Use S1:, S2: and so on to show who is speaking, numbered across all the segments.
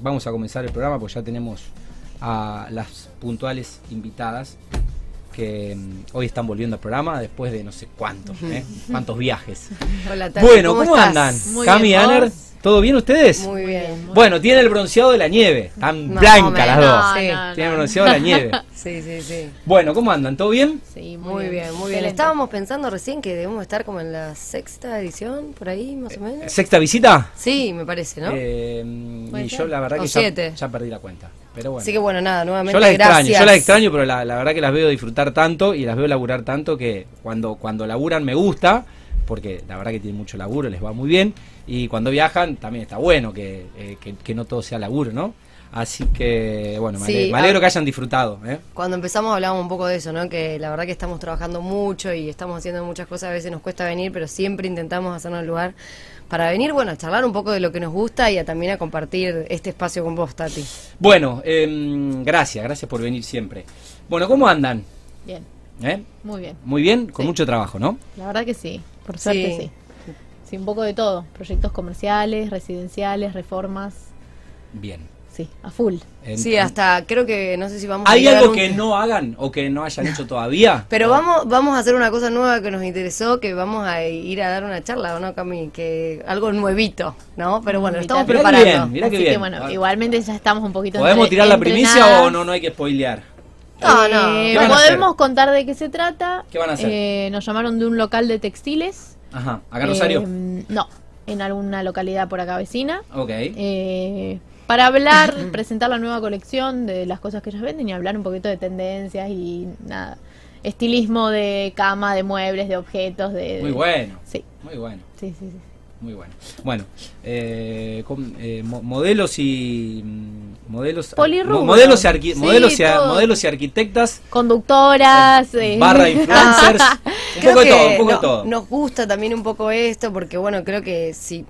S1: vamos a comenzar el programa, pues ya tenemos a las puntuales invitadas que mm, hoy están volviendo al programa después de no sé cuántos, ¿eh? cuántos viajes.
S2: Hola, Tati,
S1: Bueno, ¿cómo,
S2: estás?
S1: andan?
S3: Muy
S1: Cami,
S3: bien,
S1: Aner,
S3: ¿vos?
S1: ¿todo bien ustedes?
S2: Muy bien.
S1: bueno, tienen el bronceado de la nieve, están
S2: No,
S1: blancas las
S2: me-
S1: dos.
S2: no,
S3: no, no.
S1: Tienen el bronceado de la nieve.
S2: Sí, sí, sí.
S1: Bueno, ¿cómo andan? ¿Todo bien?
S3: Sí,
S2: Muy bien, muy bien.
S3: Excelente.
S2: Estábamos pensando recién que debemos estar como en la sexta edición, por ahí, más o menos.
S1: ¿Sexta visita?
S2: Sí, me parece, ¿no?
S1: Eh, y
S3: Puede
S1: yo
S3: ser.
S1: la verdad
S2: O
S1: que ya,
S2: siete.
S1: ya perdí la cuenta. Pero bueno.
S2: Así que bueno, nada, nuevamente
S1: yo las
S2: gracias.
S1: extraño, yo las extraño, pero la, la verdad que las veo disfrutar tanto y las veo laburar tanto que cuando, cuando laburan me gusta, porque la verdad que tienen mucho laburo, les va muy bien. Y cuando viajan también está bueno que, eh, que, que no todo sea laburo, ¿no? Así que, bueno, me,
S2: Sí,
S1: ale- me alegro
S2: ah.
S1: que hayan disfrutado. ¿eh?
S2: Cuando empezamos hablábamos un poco de eso, ¿no? Que la verdad que estamos trabajando mucho y estamos haciendo muchas cosas, a veces nos cuesta venir, pero siempre intentamos hacernos un lugar para venir, bueno, a charlar un poco de lo que nos gusta y a, también a compartir este espacio con vos, Tati.
S1: Bueno, em, gracias, gracias por venir siempre. Bueno, ¿cómo andan?
S3: Bien,
S1: ¿Eh?
S3: muy bien.
S1: Muy bien, con
S3: Sí.
S1: mucho trabajo, ¿no?
S3: La verdad que sí, por
S2: Sí.
S3: suerte sí. Sí, un poco de todo. Proyectos comerciales, residenciales, reformas.
S1: Bien.
S3: Sí, a full.
S2: Sí, hasta creo que no sé si vamos a
S1: ¿Hay
S2: llegar
S1: algo
S2: un-
S1: que no hagan o que no hayan hecho todavía?
S2: Pero vamos, vamos a hacer una cosa nueva que nos interesó, que vamos a ir a dar una charla, ¿o no, Cami? Que algo nuevito, ¿no? Pero bueno, lo estamos
S3: Mirá
S1: qué
S2: preparando.
S1: bien. Mirá
S3: Así
S1: qué
S3: que
S1: A
S3: bueno,
S1: ver.
S3: igualmente ya estamos un poquito.
S1: ¿Podemos
S3: entre-
S1: tirar la primicia o
S3: entrenadas.
S1: no, no hay que spoilear?
S2: No, no.
S3: Eh,
S1: ¿Qué van a
S3: podemos
S1: hacer?
S3: contar de qué se trata.
S1: ¿Qué van a hacer?
S3: Eh, nos llamaron de un local de textiles.
S1: Ajá, acá en Rosario.
S3: Eh, no, en alguna localidad por acá vecina.
S1: ok.
S3: Eh, para hablar, presentar la nueva colección de las cosas que ellas venden y hablar un poquito de tendencias y nada. Estilismo de cama, de muebles, de objetos, de...
S1: muy bueno,
S3: Sí,
S1: muy bueno,
S3: sí, sí. sí.
S1: muy bueno. Bueno, eh, com- eh, mo- modelos y mm, modelos,
S3: Polirrubro.
S1: mo- modelos y, arqui-
S3: Sí,
S1: modelos, y a-
S3: todo.
S1: modelos y arquitectas,
S3: Conductoras, eh,
S1: barra influencers, un
S2: Creo
S1: poco de
S2: que
S1: todo, un poco de
S2: no-
S1: todo.
S2: nos gusta también un poco esto, porque bueno, creo que sí.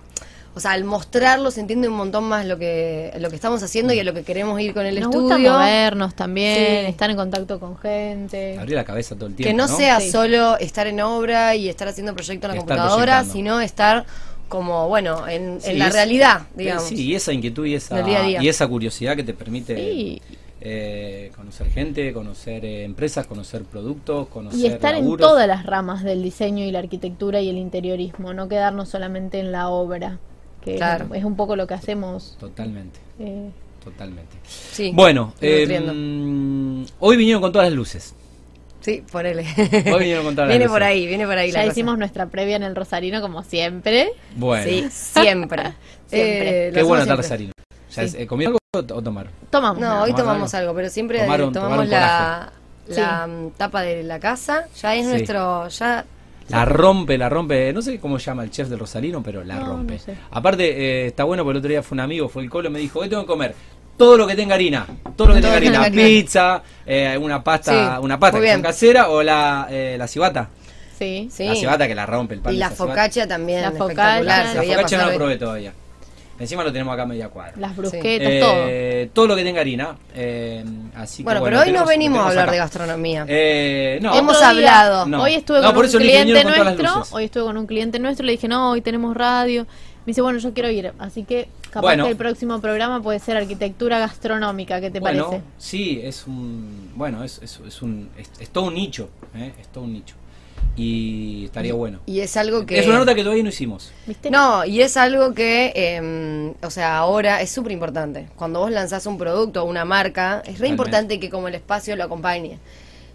S2: O sea, al mostrarlo se entiende un montón más lo que, lo que estamos haciendo y a lo que queremos ir con el
S3: nos gusta
S2: estudio.
S3: movernos también,
S2: Sí.
S3: estar en contacto con gente.
S1: Abrir la cabeza todo el tiempo.
S2: que no, sea
S3: Sí.
S2: solo estar en obra y estar haciendo proyecto en la
S1: Estar
S2: computadora,
S1: proyectando.
S2: sino estar como, bueno, en,
S1: Sí,
S2: en la
S1: es- eh,
S2: realidad, digamos.
S1: Sí, y esa inquietud y esa,
S2: Del día a día.
S1: y esa curiosidad que te permite
S3: Sí.
S1: eh, conocer gente, conocer eh, empresas, conocer productos, conocer
S3: Y estar en
S1: laburos.
S3: todas las ramas del diseño y la arquitectura y el interiorismo, no quedarnos solamente en la obra, que
S2: Claro.
S3: es un poco lo que hacemos.
S1: Totalmente,
S3: eh,
S1: totalmente.
S2: Sí,
S1: Bueno,
S2: estoy
S1: eh,
S2: nutriendo.
S1: mm, hoy vinieron con todas las luces.
S2: Sí, ponele.
S1: Hoy vinieron con todas las
S2: Viene
S1: luces.
S2: por ahí, viene por ahí la
S3: Ya
S2: cosa.
S3: hicimos nuestra previa en el Rosarino, como siempre.
S1: Bueno,
S2: Sí, siempre.
S3: Siempre.
S2: Eh, lo
S1: qué bueno
S2: hacemos
S1: estar Rosarino.
S2: siempre.
S1: Ya
S3: Sí.
S1: es, eh, ¿Comieron algo o- o tomar?
S3: Tomamos.
S2: No,
S3: nada
S2: hoy
S3: más.
S1: Tomaron-
S2: tomamos algo, pero siempre eh,
S1: tomaron-
S2: tomamos
S1: tomaron
S2: la,
S3: coraje.
S2: la, mm, tapa de la casa. Ya es
S1: Sí.
S2: nuestro. ya
S1: La rompe, la rompe. No sé cómo llama el chef del Rosarino, pero la
S3: No,
S1: rompe.
S3: no sé.
S1: Aparte, eh, está bueno porque el otro día fue un amigo, fue el colo, me dijo, hoy tengo que comer todo lo que tenga harina. Todo lo que
S2: Todo
S1: tenga
S2: lo que
S1: harina.
S2: tenga harina.
S1: Pizza, eh, una pasta,
S2: Sí,
S1: una pasta
S2: muy
S1: que son
S2: bien.
S1: casera o la, eh, la cibata.
S3: Sí.
S2: Sí.
S1: La cibata que la rompe el pan.
S2: y
S1: de
S2: la
S1: esa cibata.
S2: focacha también.
S3: La focaccia,
S2: espectacular,
S3: la
S2: se
S1: La
S2: veía
S1: focacha no
S2: pasar
S1: la
S2: de-
S1: probé todavía. Encima lo tenemos acá a media cuadra.
S3: Las brusquetas, todo.
S1: Eh, todo lo que tenga harina. eh, así que,
S2: Bueno, pero hoy no
S1: tenemos-
S2: venimos a
S1: tenemos
S2: hablar
S1: acá.
S2: de gastronomía.
S1: Eh, no,
S2: Hemos
S3: Otro día,
S2: hablado.
S1: No.
S3: Hoy estuve
S1: No,
S3: con
S1: por
S3: un
S1: eso le dije,
S3: cliente
S1: vinieron con todas las
S3: nuestro.
S1: luces.
S3: Hoy estuve con un cliente nuestro. Le dije, no, hoy tenemos radio. Me dice, bueno, yo quiero ir. Así que capaz
S1: Bueno.
S3: que el próximo programa puede ser arquitectura gastronómica. ¿Qué te
S1: bueno,
S3: parece?
S1: sí, es un. Bueno, es, es, es un. Es, es todo un nicho. eh, es todo un nicho. Y estaría bueno.
S2: Y es algo que.
S1: Es una nota que todavía no hicimos.
S3: ¿Viste?
S2: No, y es algo que, eh, o sea, ahora es súper importante. Cuando vos lanzás un producto o una marca, es re
S1: Totalmente.
S2: importante que como el espacio lo acompañe.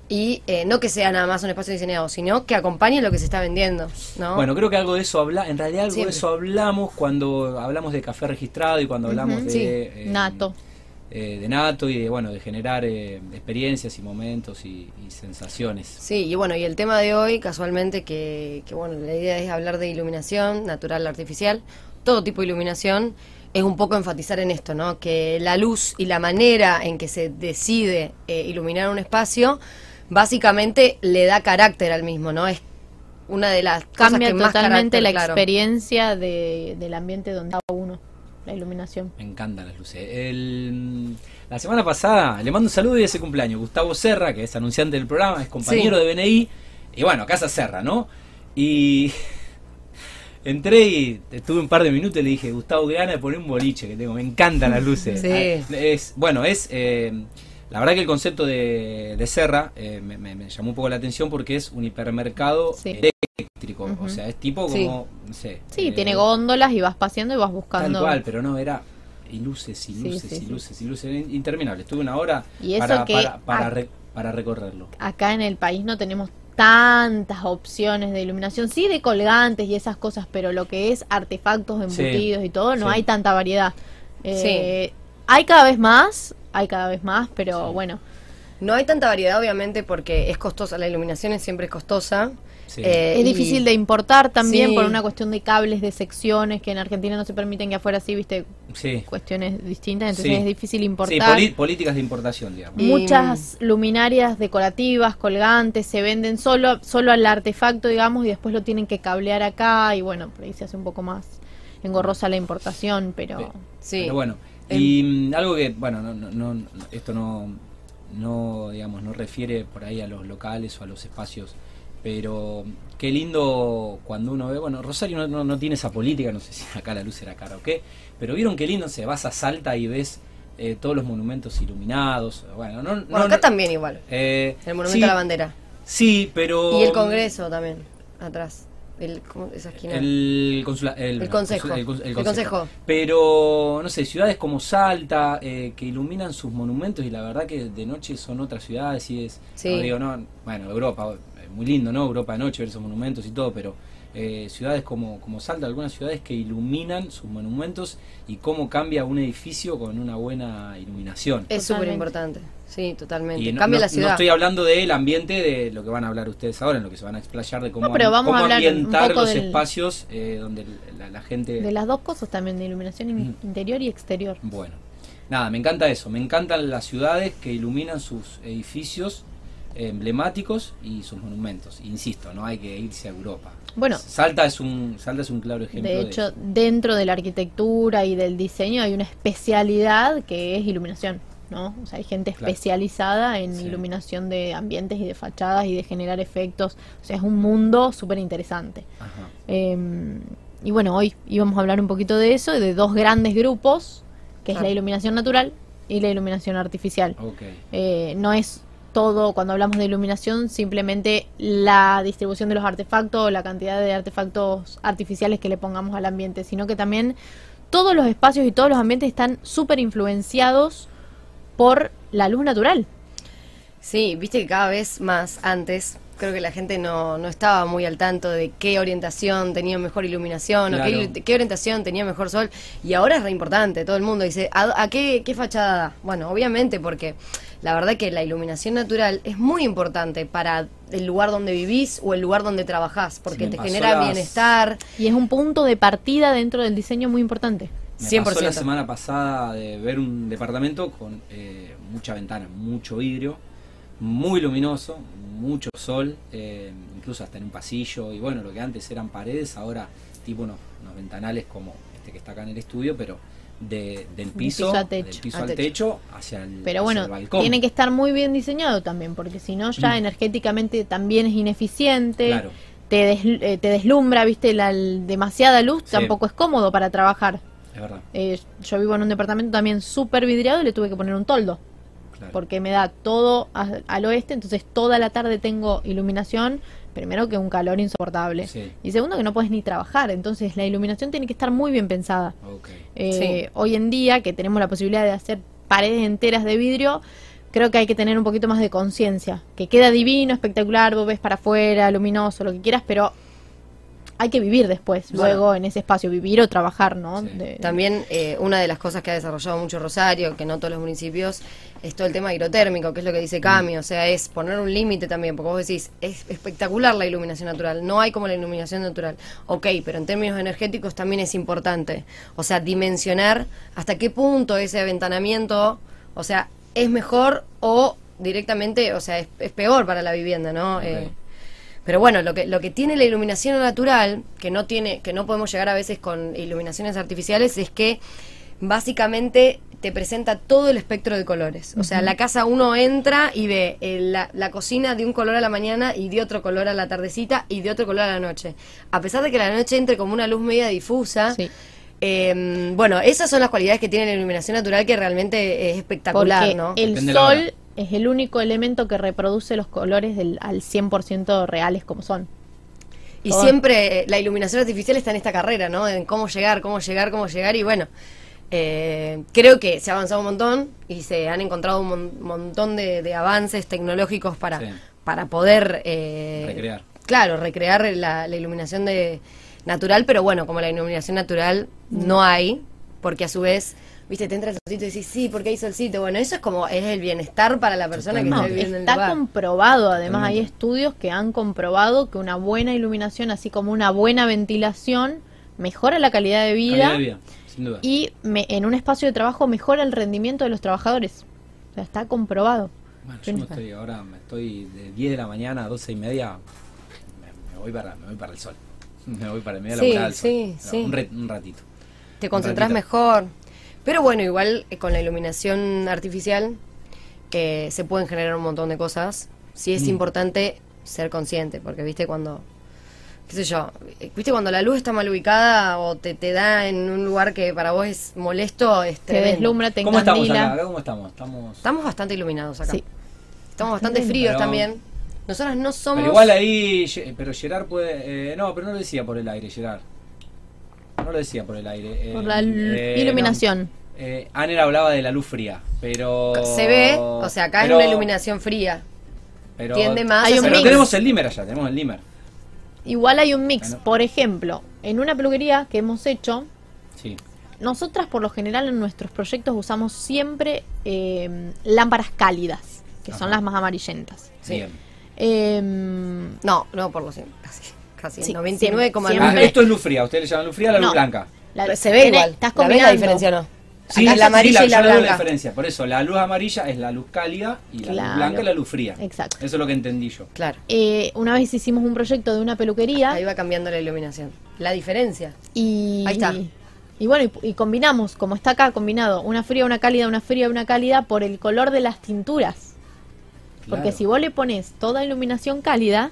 S2: Y eh, no que sea nada más un espacio diseñado, sino que acompañe lo que se está vendiendo, ¿no?
S1: Bueno, creo que algo de eso habla. En realidad, algo
S2: Siempre.
S1: de eso hablamos cuando hablamos de café registrado y cuando hablamos
S3: Ujú.
S1: de.
S2: Sí.
S1: eh,
S3: Nato.
S1: eh, de Nato y de, bueno, de generar eh, experiencias y momentos y, y sensaciones.
S2: Sí, y bueno, y el tema de hoy, casualmente, que, que, bueno, la idea es hablar de iluminación natural, artificial, todo tipo de iluminación, es un poco enfatizar en esto, ¿no? Que la luz y la manera en que se decide eh, iluminar un espacio, básicamente le da carácter al mismo, ¿no? Es una de las cosas
S3: Cambia
S2: que más
S3: totalmente
S2: carácter,
S3: la
S2: claro.
S3: experiencia de- del ambiente donde está uno. La iluminación.
S1: Me encantan las luces. El- la semana pasada le mando un saludo y ese cumpleaños. Gustavo Serra, que es anunciante del programa, es compañero
S2: Sí.
S1: de BNI. Y bueno, Casa Serra, ¿no? Y Entré y estuve un par de minutos y le dije, Gustavo, qué ganas de poner un boliche que tengo, me encantan las luces.
S2: Sí.
S1: Ah, Es, bueno, es... eh, la verdad que el concepto de, de Serra eh, me, me- me llamó un poco la atención porque es un hipermercado
S3: Sí.
S1: eléctrico. O
S3: Ujú.
S1: sea, es tipo
S2: Sí.
S1: como, no sé.
S3: Sí,
S1: eh,
S3: tiene góndolas y vas paseando y vas
S1: Tal
S3: buscando.
S1: cual, pero no, era y luces y
S3: Sí,
S1: luces
S3: sí,
S1: y
S3: sí.
S1: luces y luces in- interminables. Estuve una hora
S3: Y eso
S1: para,
S3: que-
S1: para, para,
S3: ah.
S1: re- para recorrerlo.
S3: Acá en el país no tenemos tantas opciones de iluminación, sí de colgantes y esas cosas, pero lo que es artefactos
S1: Sí,
S3: embutidos y todo, no
S1: sí.
S3: hay tanta variedad. Eh, Hay cada vez más, hay cada vez más, pero
S1: Sí.
S3: bueno,
S2: No hay tanta variedad, obviamente, porque es costosa. La iluminación es siempre costosa.
S1: Sí.
S2: Eh,
S3: es
S2: y-
S3: difícil de importar también
S2: Sí.
S3: por una cuestión de cables, de secciones, que en Argentina no se permiten que afuera sí, viste,
S1: Sí,
S3: cuestiones distintas, entonces
S1: Sí.
S3: es difícil
S1: sí
S3: importar.
S1: poli- políticas de importación, digamos.
S2: Y-
S3: Muchas
S1: mm,
S3: luminarias decorativas, colgantes, se venden solo, solo al artefacto, digamos, y después lo tienen que cablear acá y bueno, por ahí se hace un poco más engorrosa la importación, pero...
S2: Sí.
S1: Pero bueno,
S2: Em-
S1: y mm, algo que, bueno, no, no, no- no- esto no, no, digamos, no refiere por ahí a los locales o a los espacios, pero mm, qué lindo cuando uno ve, bueno, Rosario no, no- no tiene esa política, no sé si acá la luz era cara o qué, pero vieron qué lindo, se vas a Salta y ves eh, todos los monumentos iluminados, bueno, no...
S2: Bueno,
S1: no-
S2: acá
S1: no-
S2: también igual.
S1: eh,
S2: El monumento
S1: sí,
S2: a la bandera.
S1: Sí, pero...
S2: Y el Congreso también, atrás. El, ¿cómo? Esa esquina.
S1: El, consula- el,
S2: El consejo.
S1: consu- El, cons-
S2: El
S1: el consejo.
S2: consejo.
S1: Pero, no sé, ciudades como Salta, eh, que iluminan sus monumentos y la verdad que de noche son otras ciudades y es...
S2: Sí.
S1: no digo, no, bueno, Europa, eh, muy lindo, ¿no? Europa de noche, ver esos monumentos y todo, pero eh, ciudades como, como Salta, algunas ciudades que iluminan sus monumentos y cómo cambia un edificio con una buena iluminación.
S2: es
S3: Totalmente.
S2: súper importante. Sí, totalmente.
S1: Y no,
S2: Cambia
S1: no-
S2: la ciudad.
S1: no estoy hablando del ambiente de lo que van a hablar ustedes ahora, en lo que se van a explayar de cómo,
S3: No, pero
S1: am-
S3: vamos a
S1: cómo
S3: hablar un
S1: ambientar
S3: poco
S1: los
S3: del-
S1: espacios eh, donde la, la gente...
S3: De las dos cosas también, de iluminación in-
S1: Mm.
S3: interior y exterior.
S1: Bueno, nada, me encanta eso. Me encantan las ciudades que iluminan sus edificios eh, emblemáticos y sus monumentos. Insisto, no hay que irse a Europa.
S3: Bueno.
S1: Salta es un, Salta es un claro ejemplo.
S3: De hecho,
S1: eso.
S3: dentro de la arquitectura y del diseño hay una especialidad que es iluminación, ¿no? O sea, hay gente
S1: Claro.
S3: especializada en
S1: Sí.
S3: iluminación de ambientes y de fachadas y de generar efectos. O sea, es un mundo súper interesante.
S1: Ajá.
S3: Eh, y bueno, hoy íbamos a hablar un poquito de eso, de dos grandes grupos, que es
S2: Claro.
S3: la iluminación natural y la iluminación artificial.
S1: Ok.
S3: Eh, no es todo cuando hablamos de iluminación, simplemente la distribución de los artefactos o la cantidad de artefactos artificiales que le pongamos al ambiente, sino que también todos los espacios y todos los ambientes están súper influenciados por la luz natural.
S2: Sí, viste que cada vez más antes creo que la gente no, no estaba muy al tanto de qué orientación tenía mejor iluminación o qué,
S1: Claro.
S2: ilu- qué orientación tenía mejor sol. Y ahora es re importante, todo el mundo dice, ¿a, a qué, qué fachada da? Bueno, obviamente porque la verdad que la iluminación natural es muy importante para el lugar donde vivís o el lugar donde trabajás, porque
S1: me
S2: te
S1: pasó
S2: genera
S1: las-
S2: bienestar.
S3: Y es un punto de partida dentro del diseño muy importante.
S1: Me
S2: 100%.
S1: pasó la semana pasada de ver un departamento con eh, mucha ventana, mucho vidrio, muy luminoso, mucho sol, eh, incluso hasta en un pasillo. Y bueno, lo que antes eran paredes, ahora tipo unos, unos ventanales como este que está acá en el estudio, pero de- del piso,
S3: piso a
S1: del
S3: techo.
S1: piso
S2: A
S1: al
S2: techo.
S1: techo, hacia el, hacia
S3: Pero bueno,
S1: el balcón.
S3: tiene que estar muy bien diseñado también, porque si no ya
S1: Mm.
S3: energéticamente también es ineficiente.
S1: Claro.
S3: Te, des- eh, te deslumbra, viste, la l- demasiada luz,
S1: Sí.
S3: tampoco es cómodo para trabajar.
S1: Es verdad.
S3: Eh, yo vivo en un departamento también súper vidriado y le tuve que poner un toldo,
S1: claro.
S3: porque me da todo a- al oeste, entonces toda la tarde tengo iluminación, primero que un calor insoportable,
S1: Sí.
S3: y segundo que no puedes ni trabajar, entonces la iluminación tiene que estar muy bien pensada.
S1: Ok.
S3: Eh,
S2: Sí.
S3: Hoy en día que tenemos la posibilidad de hacer paredes enteras de vidrio, creo que hay que tener un poquito más de conciencia, que queda divino, espectacular, vos ves para afuera, luminoso, lo que quieras, pero hay que vivir después,
S2: Bueno.
S3: luego en ese espacio, vivir o trabajar, ¿no?
S1: Sí.
S3: De-
S2: También eh, una de las cosas que ha desarrollado mucho Rosario, que no todos los municipios, es todo el tema hidrotérmico, que es lo que dice Cami, o sea, es poner un límite también, porque vos decís, es espectacular la iluminación natural, no hay como la iluminación natural. Ok, pero en términos energéticos también es importante, o sea, dimensionar hasta qué punto ese aventanamiento, o sea, es mejor o directamente, o sea, es, es peor para la vivienda, ¿no?
S1: Ok.
S2: Eh, pero bueno, lo que, lo que tiene la iluminación natural, que no tiene, que no podemos llegar a veces con iluminaciones artificiales, es que básicamente te presenta todo el espectro de colores. O sea, la casa uno entra y ve eh, la, la cocina de un color a la mañana y de otro color a la tardecita y de otro color a la noche. A pesar de que la noche entre como una luz media difusa.
S3: Sí.
S2: eh, bueno, esas son las cualidades que tiene la iluminación natural que realmente es espectacular,
S3: Porque
S2: ¿no?
S3: el
S1: Depende de la hora.
S3: sol es el único elemento que reproduce los colores del, al 100% reales como son.
S2: Y
S3: Todo.
S2: siempre eh, la iluminación artificial está en esta carrera, ¿no? En cómo llegar, cómo llegar, cómo llegar. Y bueno, eh, creo que se ha avanzado un montón y se han encontrado un mon- montón de, de avances tecnológicos para,
S1: Sí.
S2: para poder... eh,
S1: Recrear.
S2: Claro, recrear la, la iluminación de natural, pero bueno, como la iluminación natural
S1: Mm.
S2: no hay, porque a su vez... Viste, te entra el solcito y dices, sí, porque hay solcito. Bueno, eso es como, es el bienestar para la persona que
S1: No,
S2: está
S1: Totalmente.
S2: viviendo en el
S3: Ah, Está
S2: lugar.
S3: comprobado, además hay
S1: Totalmente.
S3: estudios que han comprobado que una buena iluminación, así como una buena ventilación, mejora la calidad de vida,
S1: Calidad de vida, sin duda.
S3: y me- en un espacio de trabajo mejora el rendimiento de los trabajadores. O sea, está comprobado.
S1: Bueno, yo no estoy ahora, me estoy de 10 de la mañana a 12 y media, me, me voy, para, me voy para el sol. Me voy para el medio de la
S2: Sí,
S1: laboral al sol.
S2: sí,
S1: No,
S2: sí.
S1: Un, re- un ratito.
S2: Te concentras
S1: ratito.
S2: mejor. Pero bueno, igual eh, con la iluminación artificial eh, se pueden generar un montón de cosas. Sí es
S1: Mm.
S2: importante ser consciente, porque viste cuando, qué sé yo, eh, viste cuando la luz está mal ubicada o te, te da en un lugar que para vos es molesto, es
S3: Te
S2: tremendo.
S3: deslumbra, te
S1: ¿Cómo estamos acá?
S3: encandila.
S1: acá? ¿Cómo estamos? Estamos...
S2: Estamos bastante iluminados acá.
S3: Sí.
S2: Estamos bastante
S3: Tremendo.
S2: fríos
S1: Pero-
S2: también. Nosotros no somos...
S1: Pero igual ahí, Ye- pero Gerard puede... eh, no, pero no lo decía por el aire, Gerard. No lo decía por el aire. eh,
S3: Por la l-
S1: eh, no.
S3: iluminación.
S1: Eh, Anel hablaba de la luz fría, pero...
S2: Se ve, o sea, acá
S1: pero-
S2: es una iluminación fría.
S1: pero,
S2: tiende más
S3: Hay
S2: a
S3: un
S2: ser-
S1: Pero
S3: mix.
S1: tenemos el Limer allá, tenemos el Limer.
S3: Igual hay un mix.
S1: Bueno.
S3: Por ejemplo, en una peluquería que hemos hecho,
S1: Sí.
S3: Nosotras por lo general en nuestros proyectos usamos siempre eh, lámparas cálidas, que son
S1: Ajá.
S3: las más amarillentas.
S2: Sí.
S1: Bien.
S3: Eh,
S2: No, no por los cien- casi. Casi,
S3: Sí,
S2: 99,9.
S1: Ah,
S3: Siempre.
S1: esto es luz fría, ustedes le llaman luz fría a la luz
S3: No.
S1: blanca.
S3: la-
S2: se ve
S3: tenés-
S2: igual.
S3: Estás
S2: ¿La ves la
S3: combinando.
S2: diferencia o no?
S1: Sí,
S2: Acá
S1: sí,
S2: es la amarilla
S1: sí,
S2: y la
S1: yo le doy
S2: blanca.
S1: diferencia. Por eso, la luz amarilla es la luz cálida y la
S3: Claro.
S1: luz blanca es la luz fría.
S3: Exacto.
S1: Eso es lo que entendí yo.
S2: Claro.
S3: Eh, una vez hicimos un proyecto de una
S2: Ahí
S3: peluquería
S2: va cambiando la iluminación. La diferencia.
S3: y,
S2: ahí está.
S3: y bueno, y, y combinamos, como está acá combinado, una fría, una cálida, una fría, una cálida, por el color de las tinturas. Porque
S1: Claro.
S3: si vos le pones toda iluminación cálida,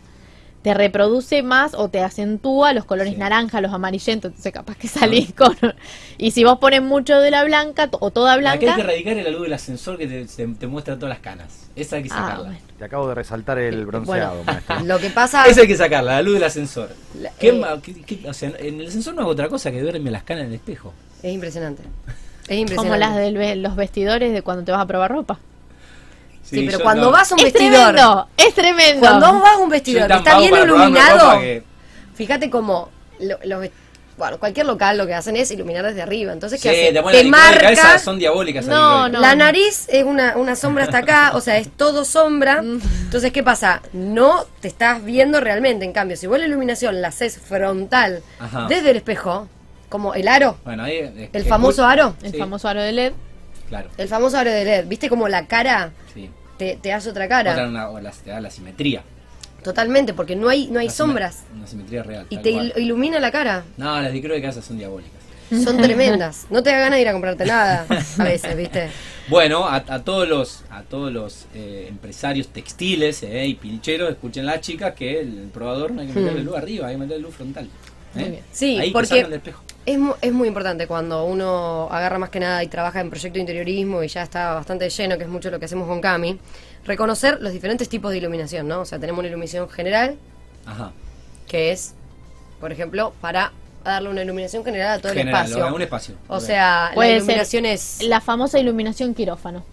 S3: te reproduce más o te acentúa los colores
S1: Sí.
S3: naranja, los amarillentos, entonces capaz que
S2: Ah.
S3: salís con... Y si vos pones mucho de la blanca to- o toda
S1: La que hay
S3: blanca...
S1: que erradicar es la luz del ascensor que te, se- te muestra todas las canas. Esa hay que
S3: Ah,
S1: sacarla.
S3: bueno.
S4: Te acabo de resaltar el bronceado, maestra.
S2: Lo que pasa
S1: Esa hay que sacarla, la luz del ascensor.
S2: La-
S1: ¿Qué
S2: eh.
S1: ma- qué- qué- o sea, en el ascensor no hago otra cosa que verme las canas en el espejo.
S2: es impresionante. Es impresionante.
S3: Como las de los vestidores de cuando te vas a probar ropa.
S2: Sí, pero
S1: yo
S2: cuando
S1: no-
S2: vas a un
S3: es
S2: vestidor.
S3: tremendo, es tremendo.
S2: Cuando vos vas a un
S1: yo
S2: vestidor,
S1: tan
S2: está
S1: vago
S2: bien
S1: para probarme
S2: iluminado.
S1: ropa que-
S2: Fíjate cómo lo- los vest- bueno, cualquier local lo que hacen es iluminar desde arriba. Entonces,
S1: Sí,
S2: ¿qué hacen?
S1: te ponen la licor de
S2: marca.
S1: cabeza, son diabólicas. esas
S3: No,
S1: licor de
S3: no.
S2: La nariz es una, una sombra hasta acá, o sea, es todo sombra.
S1: Mm.
S2: Entonces, ¿qué pasa? No te estás viendo realmente. En cambio, si vos la iluminación la haces frontal
S1: Ajá.
S2: desde el espejo, como el aro,
S1: Bueno, ahí es-
S2: el
S1: es
S2: famoso
S1: cool.
S2: aro,
S3: El
S1: Sí.
S3: famoso aro de LED.
S1: Claro,
S2: el famoso aro de LED, ¿viste como la cara
S1: sí.
S2: te, te hace otra cara?
S1: Otra una- o la- te da la simetría.
S2: Totalmente, porque no hay, no hay
S1: Una sime-
S2: sombras
S1: Una simetría real.
S2: y
S1: tal
S2: te
S1: cual.
S2: il- ilumina la cara.
S1: No, las licores de casa son diabólicas.
S2: Son tremendas. No te da ganas de ir a comprarte nada a veces, ¿viste?
S1: Bueno, a, a todos los a todos los eh, empresarios textiles eh, y pilcheros, escuchen las chicas que el probador no hay que meterle luz arriba, hay que meterle luz frontal. ¿eh?
S3: Muy bien.
S2: Hmm. Sí,
S1: Ahí que
S2: porque-
S1: sacan del espejo.
S2: Es, mu- es muy importante cuando uno agarra más que nada y trabaja en proyecto de interiorismo y ya está bastante lleno, que es mucho lo que hacemos con Cami, reconocer los diferentes tipos de iluminación, ¿no? O sea, tenemos una iluminación general,
S1: Ajá.
S2: que es, por ejemplo, para darle una iluminación general a todo
S1: General,
S2: el espacio.
S1: a un espacio.
S2: O
S1: Ok.
S2: sea,
S3: Puede
S2: la
S3: ser
S2: iluminación es...
S3: La famosa iluminación quirófano.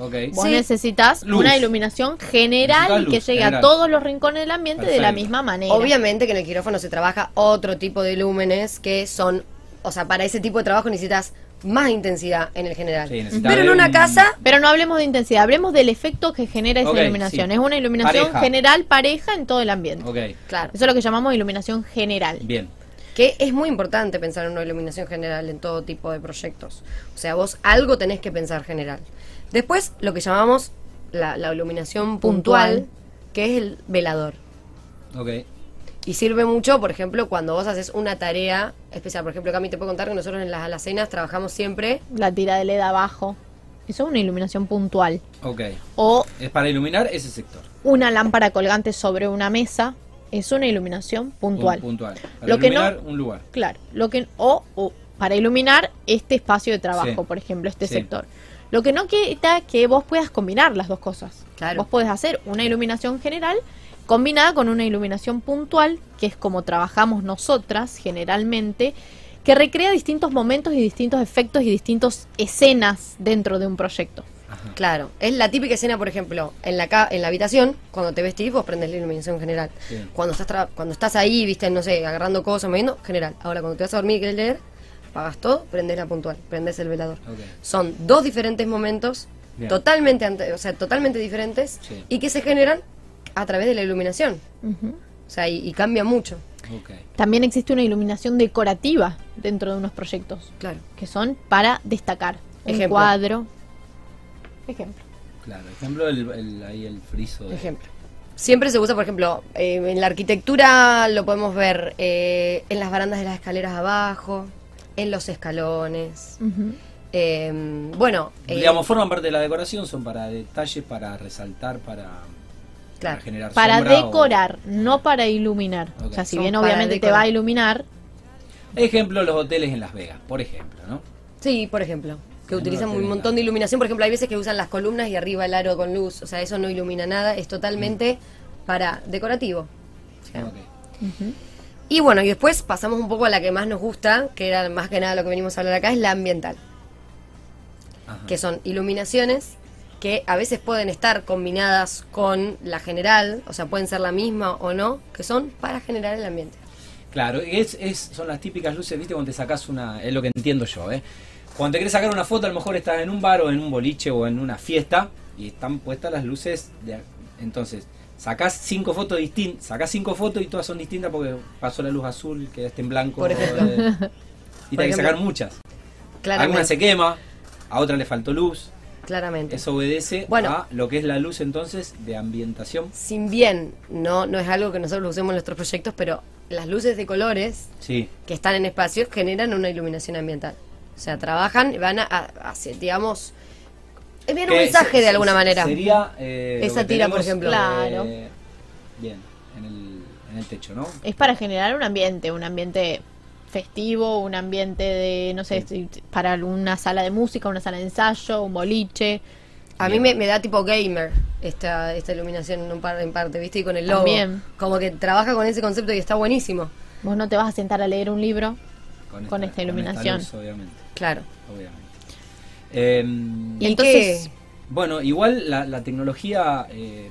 S1: Ok.
S3: Vos
S2: Sí.
S3: necesitas
S1: Luz.
S3: una iluminación general
S1: Necesitas
S3: y que
S1: luz,
S3: llegue
S1: general.
S3: a todos los rincones del ambiente de la
S1: Perfecto.
S3: misma manera.
S2: Obviamente que en el quirófano se trabaja otro tipo de lúmenes que son, o sea, para ese tipo de trabajo necesitas más intensidad en el general.
S1: Sí, necesitas
S2: Pero en
S1: ver
S2: una
S1: un-
S2: casa
S3: Pero no hablemos de intensidad, hablemos del efecto que genera esa
S1: Ok,
S3: iluminación.
S1: sí.
S3: Es una iluminación
S1: Pareja.
S3: general, pareja en todo el ambiente.
S1: Ok.
S2: Claro.
S3: Eso es lo que llamamos iluminación general.
S1: Bien.
S2: Que es muy importante pensar en una iluminación general en todo tipo de proyectos. O sea, vos algo tenés que pensar general. Después, lo que llamamos la, la iluminación puntual,
S3: Puntual.
S2: que es el velador.
S1: Ok.
S2: Y sirve mucho, por ejemplo, cuando vos haces una tarea especial. Por ejemplo, Cami, te puedo contar que nosotros en las alacenas trabajamos siempre.
S3: La tira de LED abajo. Eso es una iluminación puntual.
S1: Ok.
S3: O
S1: Es para iluminar ese sector. Pun-
S3: una lámpara colgante sobre una mesa es una iluminación puntual.
S1: Puntual. Para
S3: Lo que no-
S1: iluminar un lugar.
S3: Claro, lo que o, o para iluminar este espacio de trabajo,
S1: Sí.
S3: por ejemplo, este
S1: Sí.
S3: sector. Lo que no quita que vos puedas combinar las dos cosas.
S2: Claro.
S3: Vos podés hacer una iluminación general combinada con una iluminación puntual, que es como trabajamos nosotras generalmente, que recrea distintos momentos y distintos efectos y distintas escenas dentro de un proyecto.
S1: Ajá.
S2: Claro, es la típica escena, por ejemplo, en la, ca- en la habitación, cuando te vestís, vos prendes la iluminación general.
S1: Bien.
S2: Cuando estás, tra- cuando estás ahí, viste, no sé, agarrando cosas, moviendo, general. Ahora, cuando te vas a dormir y querés leer, apagas todo, prendes la puntual, prendes el velador.
S1: Ok.
S2: Son dos diferentes momentos,
S1: Bien.
S2: totalmente, ante- o sea, totalmente diferentes,
S1: Sí.
S2: y que se generan a través de la iluminación.
S3: Ujú.
S2: O sea, y, y cambia mucho.
S1: Ok.
S3: También existe una iluminación decorativa dentro de unos proyectos,
S2: Claro.
S3: que son para destacar. Un
S2: Ejemplo.
S3: cuadro. Ejemplo.
S1: Claro. Ejemplo, el, el- ahí el friso. de-
S2: Ejemplo. Siempre se usa, por ejemplo, eh, en la arquitectura lo podemos ver eh, en las barandas de las escaleras abajo, en los escalones.
S3: Ujú.
S2: eh, bueno, eh,
S1: Digamos, forman parte de la decoración, son para detalles, para resaltar, para, para
S2: claro,
S1: generar
S3: Para
S1: sombra o-
S3: decorar, no para iluminar.
S1: Ok.
S3: O sea, si
S2: Son
S3: bien
S2: para
S3: obviamente te
S2: decorar.
S3: va a iluminar,
S1: Ejemplo, los hoteles en Las Vegas, por ejemplo, ¿no?
S2: sí, por ejemplo, que
S1: No
S2: utilizan
S1: lo
S2: un
S1: tenés
S2: montón
S1: nada.
S2: de iluminación. Por ejemplo, hay veces que usan las columnas y arriba el aro con luz. O sea, eso no ilumina nada, es totalmente
S1: Mm.
S2: para decorativo. O sea,
S1: Ok.
S2: Y bueno, y después pasamos un poco a la que más nos gusta, que era más que nada lo que venimos a hablar acá, es la ambiental.
S1: Ajá.
S2: que son iluminaciones que a veces pueden estar combinadas con la general, o sea, pueden ser la misma o no, que son para generar el ambiente.
S1: Claro, es, es, son las típicas luces, viste, cuando te sacas una, es lo que entiendo yo, ¿eh? Cuando te querés sacar una foto, a lo mejor estás en un bar o en un boliche o en una fiesta y están puestas las luces. De, entonces, sacás cinco fotos distintas, sacás cinco fotos y todas son distintas porque pasó la luz azul, quedaste en blanco.
S2: Por ejemplo.
S1: eh, y
S2: Por
S1: tenés que
S2: ejemplo.
S1: sacar muchas. Alguna
S2: Claramente.
S1: se quema, a otra le faltó luz.
S2: claramente.
S1: Eso obedece
S2: Bueno.
S1: a lo que es la luz entonces de ambientación.
S2: Sin bien, no, no es algo que nosotros usemos en nuestros proyectos, pero las luces de colores
S1: Sí,
S2: que están en espacios generan una iluminación ambiental. O sea, trabajan, y van a, a- hacia, digamos, envían un
S1: Eh,
S2: mensaje
S1: se-
S2: de alguna
S1: se-
S2: manera.
S1: Sería. eh, lo
S2: Esa
S1: que
S2: tira, por
S1: tenemos,
S2: ejemplo.
S1: eh,
S3: Claro.
S1: bien, en el, en el techo, ¿no?
S3: es para generar un ambiente, un ambiente festivo, un ambiente de, no sé, si- para una sala de música, una sala de ensayo, un boliche.
S2: A mí me, me da tipo gamer esta, esta iluminación en, un par, en parte, ¿viste? Y con el logo.
S3: También.
S2: Como que trabaja con ese concepto y está buenísimo.
S3: Vos no te vas a sentar a leer un libro. con esta iluminación.
S1: luz, obviamente,
S2: Claro.
S1: obviamente. Em,
S3: Y
S2: ¿Y
S3: entonces,
S1: Bueno, igual la, la tecnología eh,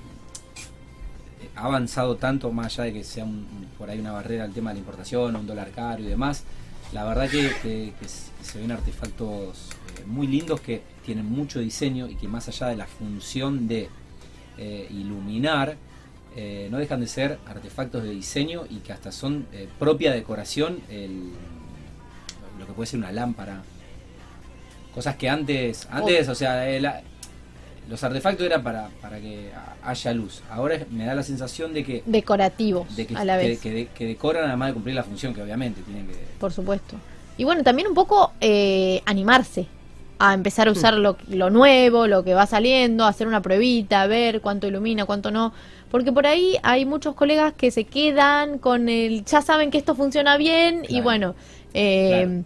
S1: ha avanzado tanto, más allá de que sea un- un- por ahí una barrera al tema de la importación, un dólar caro y demás. La verdad que, que- que s- que se ven artefactos eh, muy lindos que tienen mucho diseño y que más allá de la función de eh, iluminar, eh, no dejan de ser artefactos de diseño y que hasta son eh, propia decoración, el- lo que puede ser una lámpara. Cosas que antes, antes, o sea, eh, la- los artefactos eran para, para que a- haya luz. Ahora es- me da la sensación de que,
S3: decorativos
S1: de que,
S3: a la
S1: que-
S3: vez.
S1: que de- que decoran además de cumplir la función, que obviamente tienen que...
S3: Por supuesto. Y bueno, también un poco eh, animarse a empezar a
S1: Hmm.
S3: usar lo, lo nuevo, lo que va saliendo, hacer una pruebita, ver cuánto ilumina, cuánto no. Porque por ahí hay muchos colegas que se quedan con el, ya saben que esto funciona bien y
S1: Claro.
S3: bueno, eh,
S1: Claro.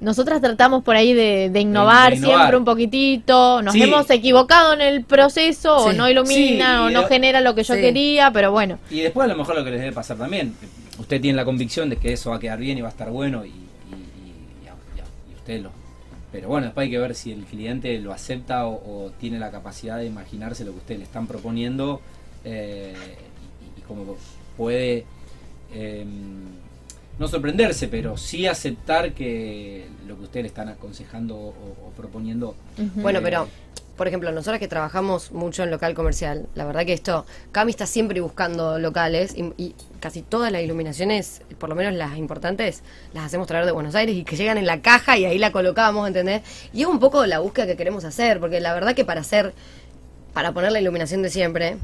S3: nosotras tratamos por ahí de, de innovar
S1: de innovar.
S3: siempre un poquitito, nos
S1: Sí.
S3: hemos equivocado en el proceso o
S2: Sí.
S3: no ilumina
S1: Sí,
S3: o
S1: y
S3: no
S1: lo-
S3: genera lo que yo
S2: Sí.
S3: quería, pero bueno,
S1: Y después a lo mejor lo que les debe pasar también, usted tiene la convicción de que eso va a quedar bien y va a estar bueno y, y, y- y a- y a- y usted lo... Pero bueno, después hay que ver si el cliente lo acepta o, o tiene la capacidad de imaginarse lo que usted le están proponiendo eh, y, y cómo puede eh, no sorprenderse, pero sí aceptar que lo que usted le están aconsejando o, o proponiendo.
S3: Ujú.
S2: Bueno,
S1: eh,
S2: pero, por ejemplo, nosotros que trabajamos mucho en local comercial, la verdad que esto, Cami está siempre buscando locales y, y casi todas las iluminaciones, por lo menos las importantes, las hacemos traer de Buenos Aires y que llegan en la caja y ahí la colocamos, ¿entendés? Y es un poco la búsqueda que queremos hacer, porque la verdad que para hacer, para poner la iluminación de siempre,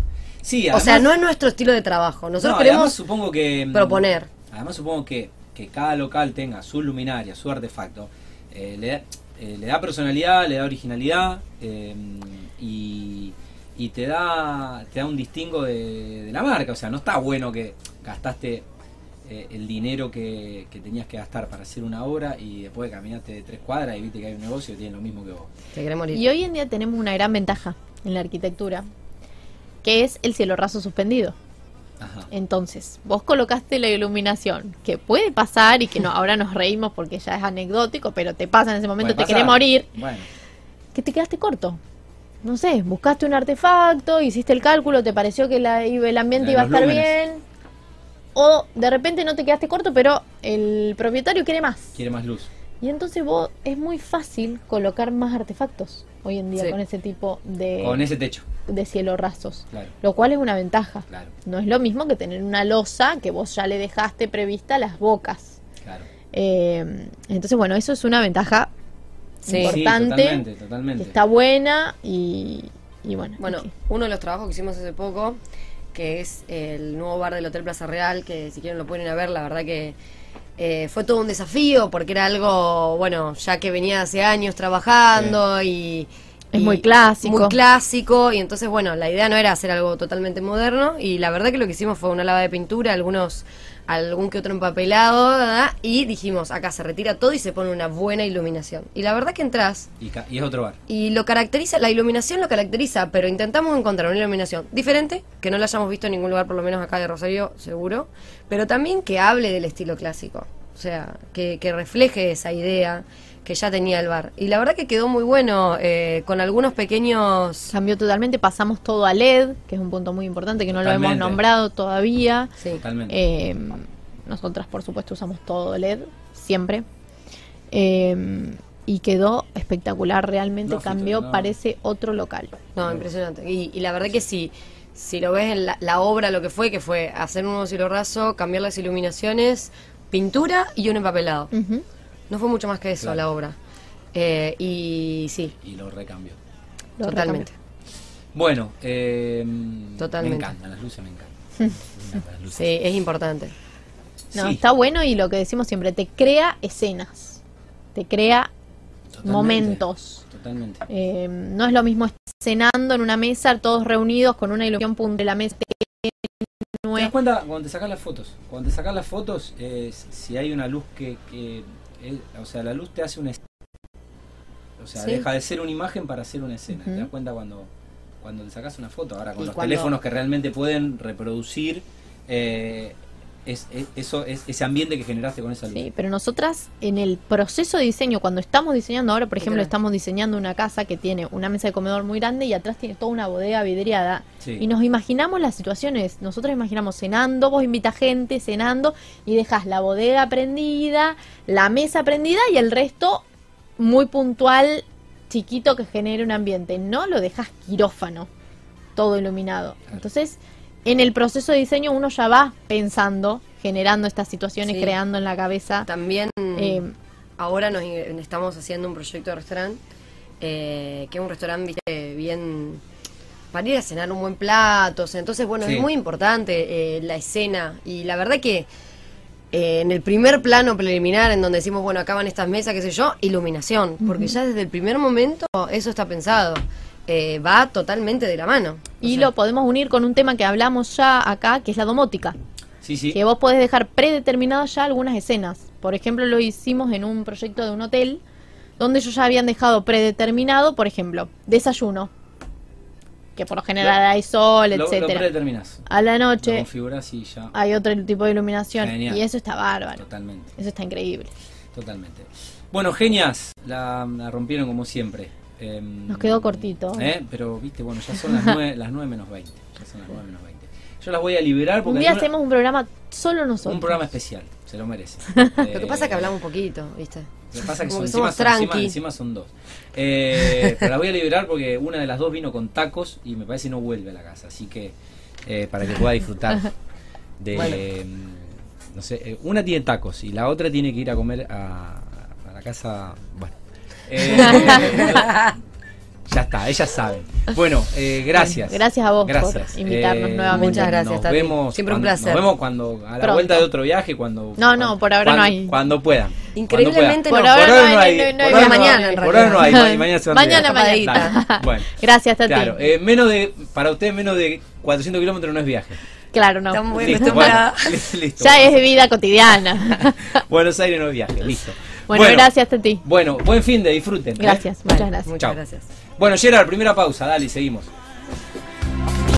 S1: Sí,
S2: o sea,
S1: además-
S2: no es nuestro estilo de trabajo. Nosotros
S1: No, y además
S2: queremos
S1: supongo que, mm,
S2: proponer.
S1: Además supongo que, que cada local tenga su luminaria, su artefacto. eh, le, da- eh, le da personalidad, le da originalidad eh, y, y te da te da un distingo de, de la marca. O sea, no está bueno que gastaste eh, el dinero que, que tenías que gastar para hacer una obra y después caminaste tres cuadras y viste que hay un negocio que tiene lo mismo que vos.
S2: te queremos ir.
S3: Y hoy en día tenemos una gran ventaja en la arquitectura, que es el cielo raso suspendido.
S1: Ajá.
S3: Entonces, vos colocaste la iluminación, que puede pasar y que no, ahora nos reímos porque ya es anecdótico, pero te pasa en ese momento,
S1: Puede
S3: te querés
S1: pasar.
S3: morir,
S1: Bueno,
S3: que te quedaste corto. No sé, buscaste un artefacto, hiciste el cálculo, te pareció que la- el ambiente
S1: Eh,
S3: iba a
S1: los
S3: estar
S1: lúmenes.
S3: bien. O de repente no te quedaste corto, pero el propietario quiere más.
S1: quiere más luz.
S3: Y entonces vos es muy fácil colocar más artefactos hoy en día
S2: Sí.
S3: con ese tipo
S2: Eh.
S3: de,
S1: Con ese techo,
S3: de cielo rasos.
S1: claro,
S3: Lo cual es una ventaja.
S1: claro,
S3: No es lo mismo que tener una losa que vos ya le dejaste prevista las bocas.
S1: claro.
S3: Eh, entonces, bueno, eso es una ventaja
S2: Sí.
S3: importante,
S1: totalmente,
S3: que
S1: totalmente.
S3: está buena y, y bueno.
S2: Bueno,
S3: sí.
S2: uno de los trabajos que hicimos hace poco, que es el nuevo bar del Hotel Plaza Real, que si quieren lo pueden ir a ver, la verdad que eh, fue todo un desafío, porque era algo, bueno, ya que venía hace años trabajando y...
S3: Es
S2: y
S3: muy clásico.
S2: Muy clásico, y entonces, bueno, la idea no era hacer algo totalmente moderno, y la verdad que lo que hicimos fue una lava de pintura, algunos algún que otro empapelado, ¿verdad? y dijimos, acá se retira todo y se pone una buena iluminación. Y la verdad que entras
S1: Y, ca- y es otro bar.
S2: y lo caracteriza, la iluminación lo caracteriza, pero intentamos encontrar una iluminación diferente, que no la hayamos visto en ningún lugar, por lo menos acá de Rosario, seguro, pero también que hable del estilo clásico, o sea, que, que refleje esa idea que ya tenía el bar. Y la verdad que quedó muy bueno, eh, con algunos pequeños...
S3: Cambió totalmente, pasamos todo a LED, que es un punto muy importante que no lo
S1: Totalmente.
S3: hemos nombrado todavía.
S2: Sí.
S1: Totalmente.
S3: Eh, nosotras, por supuesto, usamos todo LED, siempre. Eh, y quedó espectacular, realmente
S1: No, Fito,
S3: cambió,
S1: no.
S3: parece otro local.
S2: No, impresionante. Y, y la verdad que sí, si lo ves en la, la obra, lo que fue, que fue hacer un nuevo cielo raso, cambiar las iluminaciones, pintura y un empapelado.
S3: Ujú.
S2: No fue mucho más que eso
S1: Claro.
S2: la obra. Eh, y sí,
S1: y lo recambio.
S3: Lo
S2: totalmente.
S1: Bueno, eh, mm,
S2: Totalmente.
S1: me encantan las luces, me encantan. Me encantan las luces.
S2: Sí, es importante.
S3: No,
S1: Sí,
S3: está bueno y lo que decimos siempre, te crea escenas, te crea
S1: totalmente,
S3: momentos.
S1: Totalmente.
S3: Eh, no es lo mismo estar cenando en una mesa, todos reunidos con una iluminación punta de la mesa.
S1: ¿Te das cuenta cuando te sacas las fotos? Cuando te sacas las fotos, eh, si hay una luz que... que eh, o sea, la luz te hace una escena. O sea,
S2: Sí.
S1: deja de ser una imagen para ser una escena.
S3: Ujú.
S1: ¿Te das cuenta cuando, cuando te sacas una foto? Ahora, con
S2: Y
S1: los
S2: cuando-
S1: teléfonos que realmente pueden reproducir eh, es, es- eso, es, ese ambiente que generaste con esa luz.
S3: Sí, pero nosotras en el proceso de diseño, cuando estamos diseñando ahora, por ejemplo,
S2: Literal.
S3: estamos diseñando una casa que tiene una mesa de comedor muy grande y atrás tiene toda una bodega vidriada.
S1: Sí.
S3: Y nos imaginamos las situaciones. Nosotros imaginamos cenando, vos invitas gente cenando y dejas la bodega prendida, la mesa prendida y el resto muy puntual, chiquito que genere un ambiente. No lo dejas quirófano, todo iluminado.
S1: Claro.
S3: Entonces, en el proceso de diseño uno ya va pensando, generando estas situaciones,
S2: Sí.
S3: creando en la cabeza.
S2: También
S3: Eh,
S2: ahora nos in- estamos haciendo un proyecto de restaurante, eh, que es un restaurante viste, bien para ir a cenar un buen plato. o sea, entonces, bueno,
S1: Sí.
S2: es muy importante eh, la escena. Y la verdad que eh, en el primer plano preliminar, en donde decimos, bueno, acaban estas mesas, qué sé yo, iluminación. Porque ya desde el primer momento eso está pensado. Eh, va totalmente de la mano. O
S3: y
S2: sea,
S3: lo podemos unir con un tema que hablamos ya acá, que es la domótica.
S1: Sí, sí.
S3: que vos podés dejar predeterminadas ya algunas escenas. Por ejemplo, lo hicimos en un proyecto de un hotel donde ellos ya habían dejado predeterminado, por ejemplo, desayuno, que por lo general hay sol,
S1: Lo- lo
S3: etcétera.
S1: predeterminás.
S3: A la
S1: Lo
S3: noche
S1: configurás y ya.
S3: hay otro tipo de iluminación
S1: Genial.
S3: y eso está bárbaro.
S1: Totalmente,
S3: Eso está increíble.
S1: totalmente. Bueno, genias, la, la rompieron como siempre. Em,
S3: Nos quedó cortito.
S1: ¿eh? Pero, viste, bueno, ya son las 9, las nueve menos 20. Ya son las nueve menos 20. Yo las voy a liberar porque
S3: Un día
S1: hay una-
S3: hacemos un programa solo nosotros.
S1: un programa especial, se lo merece.
S2: lo que pasa es que hablamos poquito, ¿viste?
S1: Lo que pasa es que
S2: Como
S1: son,
S2: que
S1: encima,
S2: somos
S1: son- encima,
S2: tranqui.
S1: encima son dos. Eh, pero la voy a liberar porque una de las dos vino con tacos y me parece no vuelve a la casa. Así que eh, para que pueda disfrutar de.
S2: Bueno.
S1: eh, no sé, eh, una tiene tacos y la otra tiene que ir a comer a, a la casa. Bueno. Eh, Ya está, ellas saben. Bueno, eh, gracias. Eh,
S3: Gracias a vos por invitarnos nuevamente.
S2: Muchas gracias,
S1: Nos
S2: Tati.
S1: vemos
S2: Siempre un
S1: cuando-
S2: placer.
S1: Nos vemos cuando, a la
S3: Pronto.
S1: vuelta de otro viaje, cuando...
S3: No, no,
S1: cuando-
S3: por ahora no
S1: cuando-
S3: hay.
S1: Cuando puedan.
S2: Increíblemente
S1: Cuando
S3: Por
S1: puedan.
S3: ahora
S1: Por
S3: no hay, no hay, no hay.
S1: por ahora
S2: Mañana, en
S1: Por ahora no hay,
S3: realidad.
S1: ma- mañana se van a
S3: Mañana,
S1: enterar.
S2: mañana.
S1: Dale, Bueno.
S3: Gracias, Tati.
S1: Claro, eh, menos de, para usted menos de 400 kilómetros no es viaje.
S3: Claro, no.
S2: Tan bueno,
S1: Listo,
S2: está
S1: bueno,
S2: para-
S1: li- listo.
S3: Ya es vida cotidiana.
S1: Buenos Aires no es viaje, listo.
S3: bueno, gracias, Tati.
S1: Bueno, buen fin de disfruten. ¿eh?
S3: Gracias,
S2: Vale,
S3: muchas gracias.
S2: Muchas
S1: Chao.
S2: gracias.
S1: Bueno, Gerard, primera pausa, dale y seguimos.